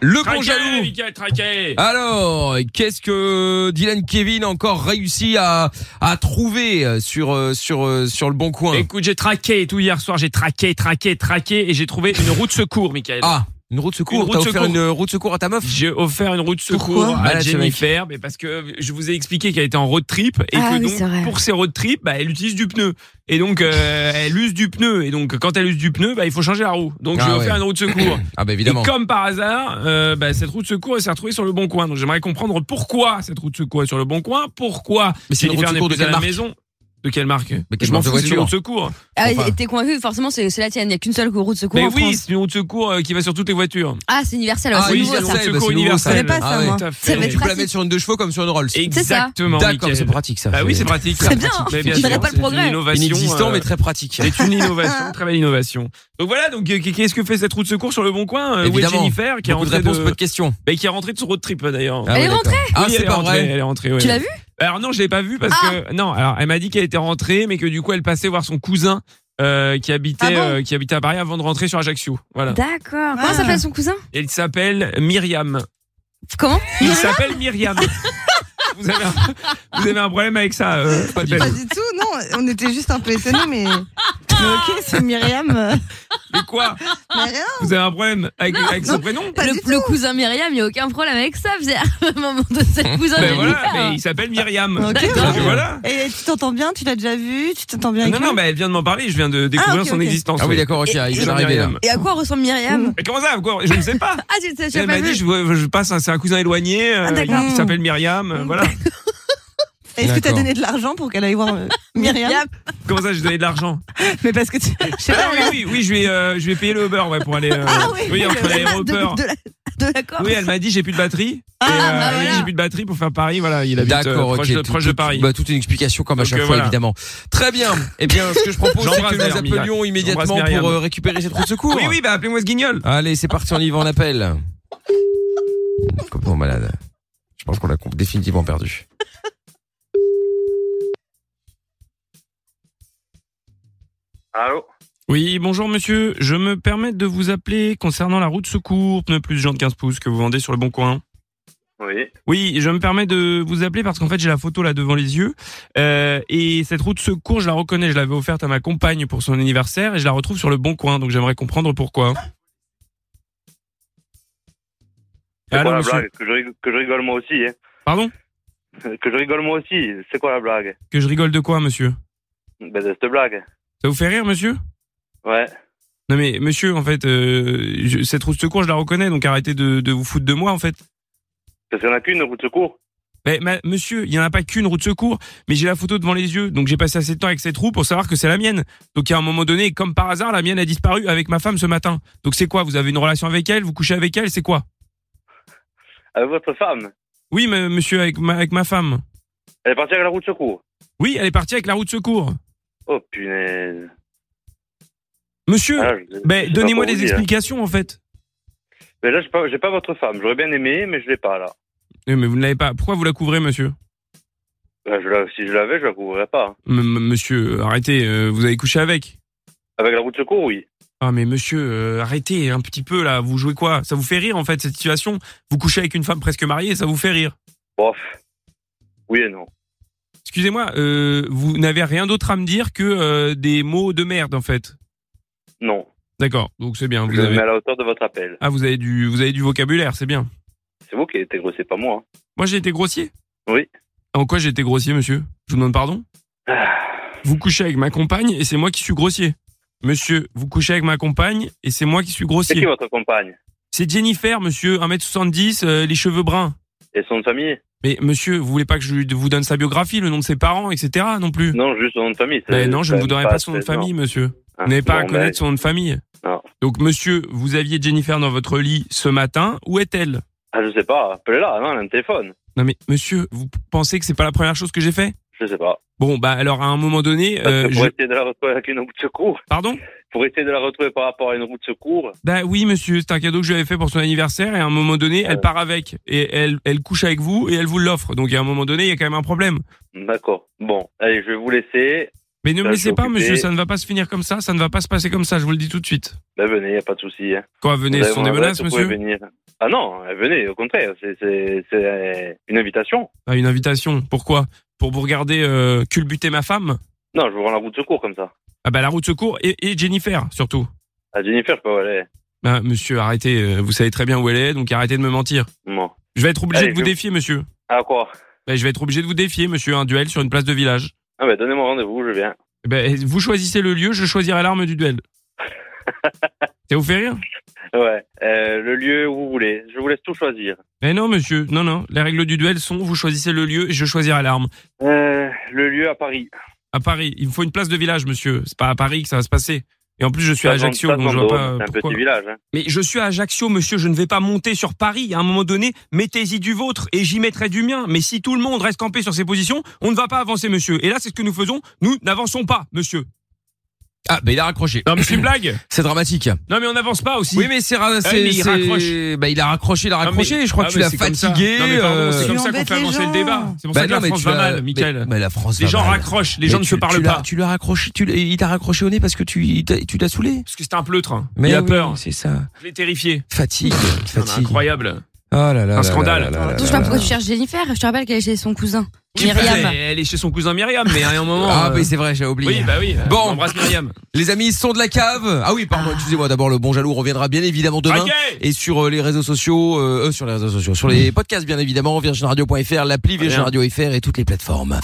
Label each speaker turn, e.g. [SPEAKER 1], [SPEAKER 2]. [SPEAKER 1] Le bon
[SPEAKER 2] Traqué,
[SPEAKER 1] jaloux. Ah,
[SPEAKER 2] Mickaël, traqué.
[SPEAKER 1] Alors, qu'est-ce que Dylan Kevin a encore réussi à, à trouver sur, euh, sur, euh, sur le bon coin
[SPEAKER 2] Écoute, j'ai traqué et tout hier soir, j'ai traqué, traqué, traqué et j'ai trouvé une route secours, Michael.
[SPEAKER 1] Ah, une roue de
[SPEAKER 2] Une
[SPEAKER 1] secours.
[SPEAKER 2] roue
[SPEAKER 1] T'as
[SPEAKER 2] de
[SPEAKER 1] offert
[SPEAKER 2] secours.
[SPEAKER 1] une euh, roue de secours à ta meuf
[SPEAKER 2] J'ai offert une route secours
[SPEAKER 3] Pourquoi
[SPEAKER 2] à
[SPEAKER 1] Malade, ce
[SPEAKER 2] Jennifer, mais parce que je vous ai expliqué qu'elle était en road trip et
[SPEAKER 3] Ah
[SPEAKER 2] que
[SPEAKER 3] oui,
[SPEAKER 2] donc
[SPEAKER 3] c'est vrai.
[SPEAKER 2] pour ses road trips, bah, elle utilise du pneu et donc euh, elle use du pneu et donc quand elle use du pneu, bah, il faut changer la roue. Donc
[SPEAKER 1] Ah
[SPEAKER 2] j'ai offert
[SPEAKER 1] ouais.
[SPEAKER 2] une route secours.
[SPEAKER 1] Ah bah évidemment.
[SPEAKER 2] Et comme par hasard, euh, bah, cette roue de secours elle s'est retrouvée sur le bon coin. Donc j'aimerais comprendre pourquoi cette roue de secours est sur le bon coin, pourquoi
[SPEAKER 1] Mais c'est une roue de
[SPEAKER 2] Jennifer n'est
[SPEAKER 1] secours de
[SPEAKER 2] plus à
[SPEAKER 1] quelle
[SPEAKER 2] la
[SPEAKER 1] marque
[SPEAKER 2] maison. De quelle marque
[SPEAKER 1] Mais quelle
[SPEAKER 2] Je m'en
[SPEAKER 1] marque de
[SPEAKER 2] fous, c'est une
[SPEAKER 1] voiture
[SPEAKER 2] roue de secours.
[SPEAKER 3] Ah,
[SPEAKER 1] Enfin.
[SPEAKER 3] T'es convaincu, forcément, c'est c'est la tienne. Il n'y a qu'une seule roue de secours
[SPEAKER 2] Mais
[SPEAKER 3] en
[SPEAKER 2] oui,
[SPEAKER 3] France.
[SPEAKER 2] c'est une roue de secours euh, qui va sur toutes les voitures.
[SPEAKER 3] Ah, c'est universel. ouais,
[SPEAKER 1] Ah,
[SPEAKER 3] c'est
[SPEAKER 2] oui,
[SPEAKER 3] nouveau,
[SPEAKER 2] c'est
[SPEAKER 3] ça.
[SPEAKER 2] un
[SPEAKER 1] universel,
[SPEAKER 2] secours
[SPEAKER 1] bah, c'est nouveau,
[SPEAKER 2] universel.
[SPEAKER 3] Je connais pas ça,
[SPEAKER 1] Ah ouais.
[SPEAKER 3] moi.
[SPEAKER 2] Tout à
[SPEAKER 3] Ça
[SPEAKER 2] fait.
[SPEAKER 3] va
[SPEAKER 1] Tu
[SPEAKER 3] être
[SPEAKER 1] peux la
[SPEAKER 3] pratique.
[SPEAKER 1] mettre sur une deux chevaux comme sur une Rolls.
[SPEAKER 2] Exactement.
[SPEAKER 1] D'accord,
[SPEAKER 2] Mickaël.
[SPEAKER 1] c'est pratique ça.
[SPEAKER 2] Bah oui, c'est pratique.
[SPEAKER 3] C'est bien.
[SPEAKER 2] Mais
[SPEAKER 3] Je
[SPEAKER 2] sûr,
[SPEAKER 3] verrais pas le
[SPEAKER 2] c'est
[SPEAKER 3] progrès.
[SPEAKER 2] Une innovation,
[SPEAKER 1] Inexistant
[SPEAKER 2] euh,
[SPEAKER 1] mais très pratique.
[SPEAKER 2] c'est une innovation, très belle innovation. Donc voilà, donc euh, qu'est-ce que fait cette roue de secours sur le bon coin Euh, Où est
[SPEAKER 1] Évidemment.
[SPEAKER 2] Jennifer qui est
[SPEAKER 1] Beaucoup de
[SPEAKER 2] rentrée
[SPEAKER 1] réponses, peu
[SPEAKER 2] de,
[SPEAKER 1] de questions.
[SPEAKER 2] bah, qui est rentrée de son road trip euh, d'ailleurs.
[SPEAKER 1] Ah
[SPEAKER 3] Elle
[SPEAKER 1] ouais,
[SPEAKER 3] est
[SPEAKER 1] d'accord.
[SPEAKER 3] rentrée
[SPEAKER 1] Ah,
[SPEAKER 2] Oui, elle
[SPEAKER 1] c'est
[SPEAKER 2] est
[SPEAKER 1] pas
[SPEAKER 2] rentrée,
[SPEAKER 1] vrai.
[SPEAKER 2] Elle est rentrée. ouais.
[SPEAKER 3] Tu l'as vu
[SPEAKER 2] Alors non, je l'ai pas vue parce que non. Alors elle m'a dit qu'elle était rentrée, mais que du coup elle passait voir son cousin euh, qui habitait
[SPEAKER 3] Ah bon
[SPEAKER 2] euh, qui habitait à Paris avant de rentrer sur Ajaccio. Voilà. Ah.
[SPEAKER 3] D'accord. Comment s'appelle son cousin
[SPEAKER 2] Et il s'appelle Myriam.
[SPEAKER 3] Comment
[SPEAKER 2] Il s'appelle Myriam. vous, avez un, vous avez un problème avec ça euh, Paul.
[SPEAKER 4] Pas du tout, non. On était juste un peu étonnés, mais. mais ok, c'est Myriam. euh,
[SPEAKER 2] Mais quoi
[SPEAKER 4] Mais rien.
[SPEAKER 2] Vous avez un problème avec, avec son prénom Ben
[SPEAKER 4] Pas du
[SPEAKER 3] le,
[SPEAKER 4] tout.
[SPEAKER 3] le cousin Myriam, il n'y a aucun problème avec ça. C'est à un moment de cette cousin
[SPEAKER 2] Ben
[SPEAKER 3] de
[SPEAKER 2] voilà,
[SPEAKER 3] Jennifer.
[SPEAKER 2] mais il s'appelle Myriam.
[SPEAKER 4] Ok,
[SPEAKER 2] Donc
[SPEAKER 4] d'accord.
[SPEAKER 2] voilà.
[SPEAKER 4] Et tu t'entends bien Tu l'as déjà vu Tu t'entends bien avec
[SPEAKER 2] Non, non,
[SPEAKER 4] lui
[SPEAKER 2] bah, elle vient de m'en parler, je viens de découvrir
[SPEAKER 4] ok,
[SPEAKER 2] son
[SPEAKER 4] ok.
[SPEAKER 2] existence.
[SPEAKER 1] Ah oui,
[SPEAKER 2] oui.
[SPEAKER 1] d'accord, ok,
[SPEAKER 3] Et-
[SPEAKER 1] il
[SPEAKER 3] et-
[SPEAKER 1] est
[SPEAKER 2] Madame
[SPEAKER 1] arrivé là.
[SPEAKER 2] Myriam.
[SPEAKER 3] Et à quoi ressemble Myriam
[SPEAKER 2] Mais comment ça quoi Je ne sais pas.
[SPEAKER 3] Ah, tu tu l'as
[SPEAKER 2] Elle
[SPEAKER 3] pas
[SPEAKER 2] m'a dit,
[SPEAKER 3] vu
[SPEAKER 2] je, vois- je passe, un- c'est un cousin éloigné, euh,
[SPEAKER 3] Ah, d'accord.
[SPEAKER 2] il s'appelle Myriam, euh, voilà.
[SPEAKER 4] Est-ce que t'as
[SPEAKER 1] D'accord.
[SPEAKER 4] donné de l'argent pour qu'elle aille voir euh, Myriam
[SPEAKER 2] Comment ça, j'ai donné de l'argent
[SPEAKER 4] Mais parce que tu. Je sais
[SPEAKER 2] Ah
[SPEAKER 4] pas,
[SPEAKER 2] oui,
[SPEAKER 4] regarde.
[SPEAKER 2] oui, oui, je vais, euh, je vais payer le Uber, ouais, pour aller. euh,
[SPEAKER 4] Ah oui,
[SPEAKER 2] oui, entre
[SPEAKER 4] le-
[SPEAKER 2] l'aéroport.
[SPEAKER 3] de, de la, de la Corse.
[SPEAKER 2] Oui, elle m'a dit, j'ai plus de batterie.
[SPEAKER 4] Ah,
[SPEAKER 2] et, euh,
[SPEAKER 4] bah
[SPEAKER 2] elle m'a dit,
[SPEAKER 3] voilà.
[SPEAKER 2] j'ai plus de batterie pour faire Paris, voilà, il habite euh,
[SPEAKER 1] D'accord, ok.
[SPEAKER 2] proche, de,
[SPEAKER 1] tout-
[SPEAKER 2] proche de
[SPEAKER 1] tout-
[SPEAKER 2] Paris.
[SPEAKER 1] Bah, toute une explication comme à
[SPEAKER 2] Donc,
[SPEAKER 1] chaque
[SPEAKER 2] euh,
[SPEAKER 1] fois,
[SPEAKER 2] voilà.
[SPEAKER 1] évidemment. Très bien. Eh bien, ce que je propose, c'est
[SPEAKER 2] J'embrasse
[SPEAKER 1] que
[SPEAKER 2] d'ailleurs
[SPEAKER 1] nous appelions
[SPEAKER 2] Myriam.
[SPEAKER 1] immédiatement
[SPEAKER 2] J'embrasse Myriam.
[SPEAKER 1] pour euh, récupérer cette roue de secours.
[SPEAKER 2] Oui, oui, bah appelez-moi ce guignol.
[SPEAKER 1] Allez, c'est parti, on y va, on appelle. Complètement malade. Je pense qu'on l'a com- définitivement perdu.
[SPEAKER 5] Allô
[SPEAKER 2] Oui, bonjour monsieur. Je me permets de vous appeler concernant la route secours, pneu plus genre de 15 pouces que vous vendez sur le bon coin.
[SPEAKER 5] Oui.
[SPEAKER 2] Oui, je me permets de vous appeler parce qu'en fait j'ai la photo là devant les yeux Euh, et cette route secours, je la reconnais, je l'avais offerte à ma compagne pour son anniversaire et je la retrouve sur le bon coin, donc j'aimerais comprendre pourquoi.
[SPEAKER 5] C'est
[SPEAKER 2] Allô,
[SPEAKER 5] quoi la
[SPEAKER 2] monsieur.
[SPEAKER 5] blague que je, rigole, que je rigole moi aussi. Hein.
[SPEAKER 2] Pardon
[SPEAKER 5] Que je rigole moi aussi. C'est quoi la blague
[SPEAKER 2] Que je rigole de quoi, monsieur
[SPEAKER 5] Ben, de cette blague.
[SPEAKER 2] Ça vous fait rire, monsieur
[SPEAKER 5] Ouais.
[SPEAKER 2] Non mais monsieur, en fait, euh, je- cette route secours, je la reconnais, donc arrêtez de, de vous foutre de moi, en fait.
[SPEAKER 5] Parce qu'il n'y en a qu'une route de secours.
[SPEAKER 2] Mais, Bah, ma- monsieur, il n'y en a pas qu'une roue de secours, mais j'ai la photo devant les yeux, donc j'ai passé assez de temps avec cette roue pour savoir que c'est la mienne. Donc à un moment donné, comme par hasard, la mienne a disparu avec ma femme ce matin. Donc c'est quoi Vous avez une relation avec elle Vous couchez avec elle C'est quoi
[SPEAKER 5] Avec Euh, votre femme.
[SPEAKER 2] Oui, mais, monsieur, avec ma, avec ma femme.
[SPEAKER 5] Elle est partie avec la route de secours.
[SPEAKER 2] Oui, elle est partie avec la roue de secours.
[SPEAKER 5] Oh punaise.
[SPEAKER 2] Monsieur,
[SPEAKER 5] Ah, je- je sais
[SPEAKER 2] Euh, ben,
[SPEAKER 5] pas
[SPEAKER 2] donnez-moi
[SPEAKER 5] quoi vous
[SPEAKER 2] des
[SPEAKER 5] dire.
[SPEAKER 2] explications en fait.
[SPEAKER 5] Mais là, j'ai pas, j'ai pas votre femme. J'aurais bien aimé, mais je l'ai pas là.
[SPEAKER 2] Eh, Mais vous ne l'avez pas. Pourquoi vous la couvrez, monsieur
[SPEAKER 5] Ben, je la- si je l'avais, je la couvrirais pas.
[SPEAKER 2] M- m- Monsieur, arrêtez, euh, vous avez couché avec.
[SPEAKER 5] Avec la route de secours, oui.
[SPEAKER 2] Ah mais monsieur, euh, arrêtez un petit peu là, vous jouez quoi Ça vous fait rire en fait cette situation Vous couchez avec une femme presque mariée, ça vous fait rire
[SPEAKER 5] Bof. Oui et non.
[SPEAKER 2] Excusez-moi, euh, vous n'avez rien d'autre à me dire que euh, des mots de merde en fait.
[SPEAKER 5] Non.
[SPEAKER 2] D'accord, donc c'est bien. Vous
[SPEAKER 5] Je me mets
[SPEAKER 2] avez...
[SPEAKER 5] à la hauteur de votre appel.
[SPEAKER 2] Ah, vous avez du, vous avez du vocabulaire, c'est bien.
[SPEAKER 5] C'est vous qui avez été gros, c'est pas moi. hein.
[SPEAKER 2] Moi j'ai été grossier.
[SPEAKER 5] Oui.
[SPEAKER 2] En quoi j'ai été grossier, monsieur Je vous demande pardon.
[SPEAKER 5] Ah,
[SPEAKER 2] Vous couchez avec ma compagne et c'est moi qui suis grossier. Monsieur, vous couchez avec ma compagne et c'est moi qui suis
[SPEAKER 5] C'est qui
[SPEAKER 2] grossier.
[SPEAKER 5] votre compagne
[SPEAKER 2] C'est Jennifer, monsieur, 1m70, euh, les cheveux bruns.
[SPEAKER 5] Et son nom de famille
[SPEAKER 2] Mais monsieur, vous voulez pas que je lui- vous donne sa biographie, le nom de ses parents, etc. non plus
[SPEAKER 5] Non, juste son nom de famille.
[SPEAKER 2] Eh
[SPEAKER 5] c'est-
[SPEAKER 2] non, je
[SPEAKER 5] c'est
[SPEAKER 2] ne vous donnerai pas son nom de
[SPEAKER 5] c'est- non.
[SPEAKER 2] famille, monsieur.
[SPEAKER 5] Ah,
[SPEAKER 2] Vous n'avez pas à
[SPEAKER 5] bon, ben,
[SPEAKER 2] connaître son nom de famille.
[SPEAKER 5] Non.
[SPEAKER 2] Donc, monsieur, vous aviez Jennifer dans votre lit ce matin. Où est-elle
[SPEAKER 5] Ah, je sais pas, appelez-la, non, elle a un téléphone.
[SPEAKER 2] Non, mais monsieur, vous pensez que c'est pas la première chose que j'ai fait
[SPEAKER 5] Je Je sais pas.
[SPEAKER 2] Bon, bah alors à un moment donné,
[SPEAKER 5] Parce
[SPEAKER 2] euh,
[SPEAKER 5] que
[SPEAKER 2] je-
[SPEAKER 5] Pour essayer de la retrouver avec une roue de secours.
[SPEAKER 2] pardon
[SPEAKER 5] Pour essayer de la retrouver par rapport à une roue de secours.
[SPEAKER 2] Bah oui, monsieur, c'est un cadeau que je lui avais fait pour son anniversaire et à un moment donné, elle part avec et elle, elle couche avec vous et elle vous l'offre. Donc à un moment donné, il y a quand même un problème.
[SPEAKER 5] D'accord. Bon, allez, je vais vous laisser.
[SPEAKER 2] Mais ne me
[SPEAKER 5] Bah, je
[SPEAKER 2] laissez
[SPEAKER 5] suis
[SPEAKER 2] pas,
[SPEAKER 5] occupé.
[SPEAKER 2] monsieur, ça ne va pas se finir comme ça, ça ne va pas se passer comme ça, je vous le dis tout de suite.
[SPEAKER 5] Ben venez, y a pas de souci. Hein.
[SPEAKER 2] Quoi, venez,
[SPEAKER 5] Vous
[SPEAKER 2] ce
[SPEAKER 5] avez
[SPEAKER 2] sont
[SPEAKER 5] mon
[SPEAKER 2] des
[SPEAKER 5] adresse,
[SPEAKER 2] menaces,
[SPEAKER 5] vous pouvez
[SPEAKER 2] monsieur
[SPEAKER 5] venir. Ah non, euh, venez, au contraire, c'est- c'est c'est, euh, une invitation.
[SPEAKER 2] Ah, Une invitation, pourquoi Pour vous regarder euh, culbuter ma femme
[SPEAKER 5] Non, je vous rends la roue de secours comme ça.
[SPEAKER 2] Ah bah la route de secours et, et Jennifer, surtout.
[SPEAKER 5] À Jennifer, je peux aller.
[SPEAKER 2] Bah monsieur, arrêtez, euh, vous savez très bien où elle est, donc arrêtez de me mentir.
[SPEAKER 5] Bon.
[SPEAKER 2] Je vais être obligé
[SPEAKER 5] Allez,
[SPEAKER 2] de vous
[SPEAKER 5] je-
[SPEAKER 2] défier, monsieur.
[SPEAKER 5] Ah quoi
[SPEAKER 2] Bah, je vais être obligé de vous défier, monsieur, un duel sur une place de village.
[SPEAKER 5] Ah ben donnez-moi rendez-vous, je viens.
[SPEAKER 2] Eh ben, vous choisissez le lieu, je choisirai l'arme du duel. Ça vous fait rire
[SPEAKER 5] Ouais. Euh, le lieu où vous voulez. Je vous laisse tout choisir.
[SPEAKER 2] Mais non, monsieur, non, non. Les règles du duel sont vous choisissez le lieu et je choisirai l'arme.
[SPEAKER 5] Euh, le lieu à Paris.
[SPEAKER 2] À Paris, il me faut une place de village, monsieur. C'est pas à Paris que ça va se passer. Et en plus, je suis à
[SPEAKER 5] Place
[SPEAKER 2] Ajaccio,
[SPEAKER 5] Vendôme,
[SPEAKER 2] donc je vois
[SPEAKER 5] Place
[SPEAKER 2] pas
[SPEAKER 5] Vendôme,
[SPEAKER 2] euh,
[SPEAKER 5] C'est un
[SPEAKER 2] pourquoi.
[SPEAKER 5] petit village. Hein.
[SPEAKER 2] Mais je suis à Ajaccio, monsieur, je ne vais pas monter sur Paris. À un moment donné, mettez-y du vôtre et j'y mettrai du mien. Mais si tout le monde reste campé sur ses positions, on ne va pas avancer, monsieur. Et là, c'est ce que nous faisons. Nous n'avançons pas, monsieur.
[SPEAKER 1] Ah, bah il a raccroché.
[SPEAKER 2] Non, mais c'est une blague.
[SPEAKER 1] C'est dramatique.
[SPEAKER 2] Non, mais on n'avance pas aussi.
[SPEAKER 1] Oui, mais c'est ra- c'est-
[SPEAKER 2] Ah mais il
[SPEAKER 1] c'est-
[SPEAKER 2] raccroche.
[SPEAKER 1] Bah, il a raccroché, il a
[SPEAKER 2] mais-
[SPEAKER 1] raccroché. Je crois
[SPEAKER 2] ah,
[SPEAKER 1] que tu
[SPEAKER 2] mais
[SPEAKER 1] l'as
[SPEAKER 2] c'est comme ça.
[SPEAKER 1] fatigué.
[SPEAKER 2] Non, mais pardon, c'est
[SPEAKER 1] euh,
[SPEAKER 2] comme
[SPEAKER 4] Tu
[SPEAKER 2] ça qu'on
[SPEAKER 4] embêtes
[SPEAKER 2] fait
[SPEAKER 4] les
[SPEAKER 2] avancer
[SPEAKER 4] gens.
[SPEAKER 2] le débat. C'est pour
[SPEAKER 1] bah
[SPEAKER 2] ça que
[SPEAKER 1] non,
[SPEAKER 2] la
[SPEAKER 1] mais
[SPEAKER 2] France
[SPEAKER 1] tu
[SPEAKER 2] va
[SPEAKER 1] l'as-
[SPEAKER 2] mal,
[SPEAKER 1] mais-
[SPEAKER 2] Michael.
[SPEAKER 1] mais la France
[SPEAKER 2] Les
[SPEAKER 1] va
[SPEAKER 2] gens
[SPEAKER 1] mal.
[SPEAKER 2] raccrochent, les
[SPEAKER 1] Mais
[SPEAKER 2] gens ne
[SPEAKER 1] tu-
[SPEAKER 2] se
[SPEAKER 1] tu
[SPEAKER 2] parlent
[SPEAKER 1] l'as-
[SPEAKER 2] pas.
[SPEAKER 1] Tu l'as raccroché, tu l'as- il t'a raccroché au nez parce que tu il t'a- tu l'as saoulé.
[SPEAKER 2] Parce que c'est un pleutre.
[SPEAKER 1] Mais
[SPEAKER 2] il a
[SPEAKER 1] oui,
[SPEAKER 2] peur.
[SPEAKER 1] C'est ça.
[SPEAKER 2] Je l'ai terrifié.
[SPEAKER 1] Fatigue.
[SPEAKER 2] Non, mais
[SPEAKER 1] Fatigue.
[SPEAKER 2] incroyable.
[SPEAKER 1] Oh là là là là
[SPEAKER 2] scandale.
[SPEAKER 1] là là là
[SPEAKER 3] Touche
[SPEAKER 1] là
[SPEAKER 2] Euh.
[SPEAKER 3] pas pourquoi
[SPEAKER 1] là.
[SPEAKER 3] tu cherches Jennifer. Je te rappelle qu'elle est chez son cousin.
[SPEAKER 2] Oui,
[SPEAKER 3] Myriam.
[SPEAKER 2] mais Elle est chez son cousin Myriam, mais à un moment.
[SPEAKER 1] Ah,
[SPEAKER 2] euh,
[SPEAKER 1] mais c'est vrai, j'ai oublié.
[SPEAKER 2] oui, bah oui. euh,
[SPEAKER 1] Bon.
[SPEAKER 2] on embrasse Myriam.
[SPEAKER 1] Les amis, ils sont de la cave. Ah oui, pardon, excusez-moi. D'abord, le bon jaloux reviendra bien évidemment demain.
[SPEAKER 2] Ok.
[SPEAKER 1] Et sur euh, les réseaux sociaux, euh, euh, sur les réseaux sociaux, sur les podcasts bien évidemment, virginradio.fr, l'appli
[SPEAKER 2] Mm. Très bien.
[SPEAKER 1] virginradio.fr et toutes les plateformes.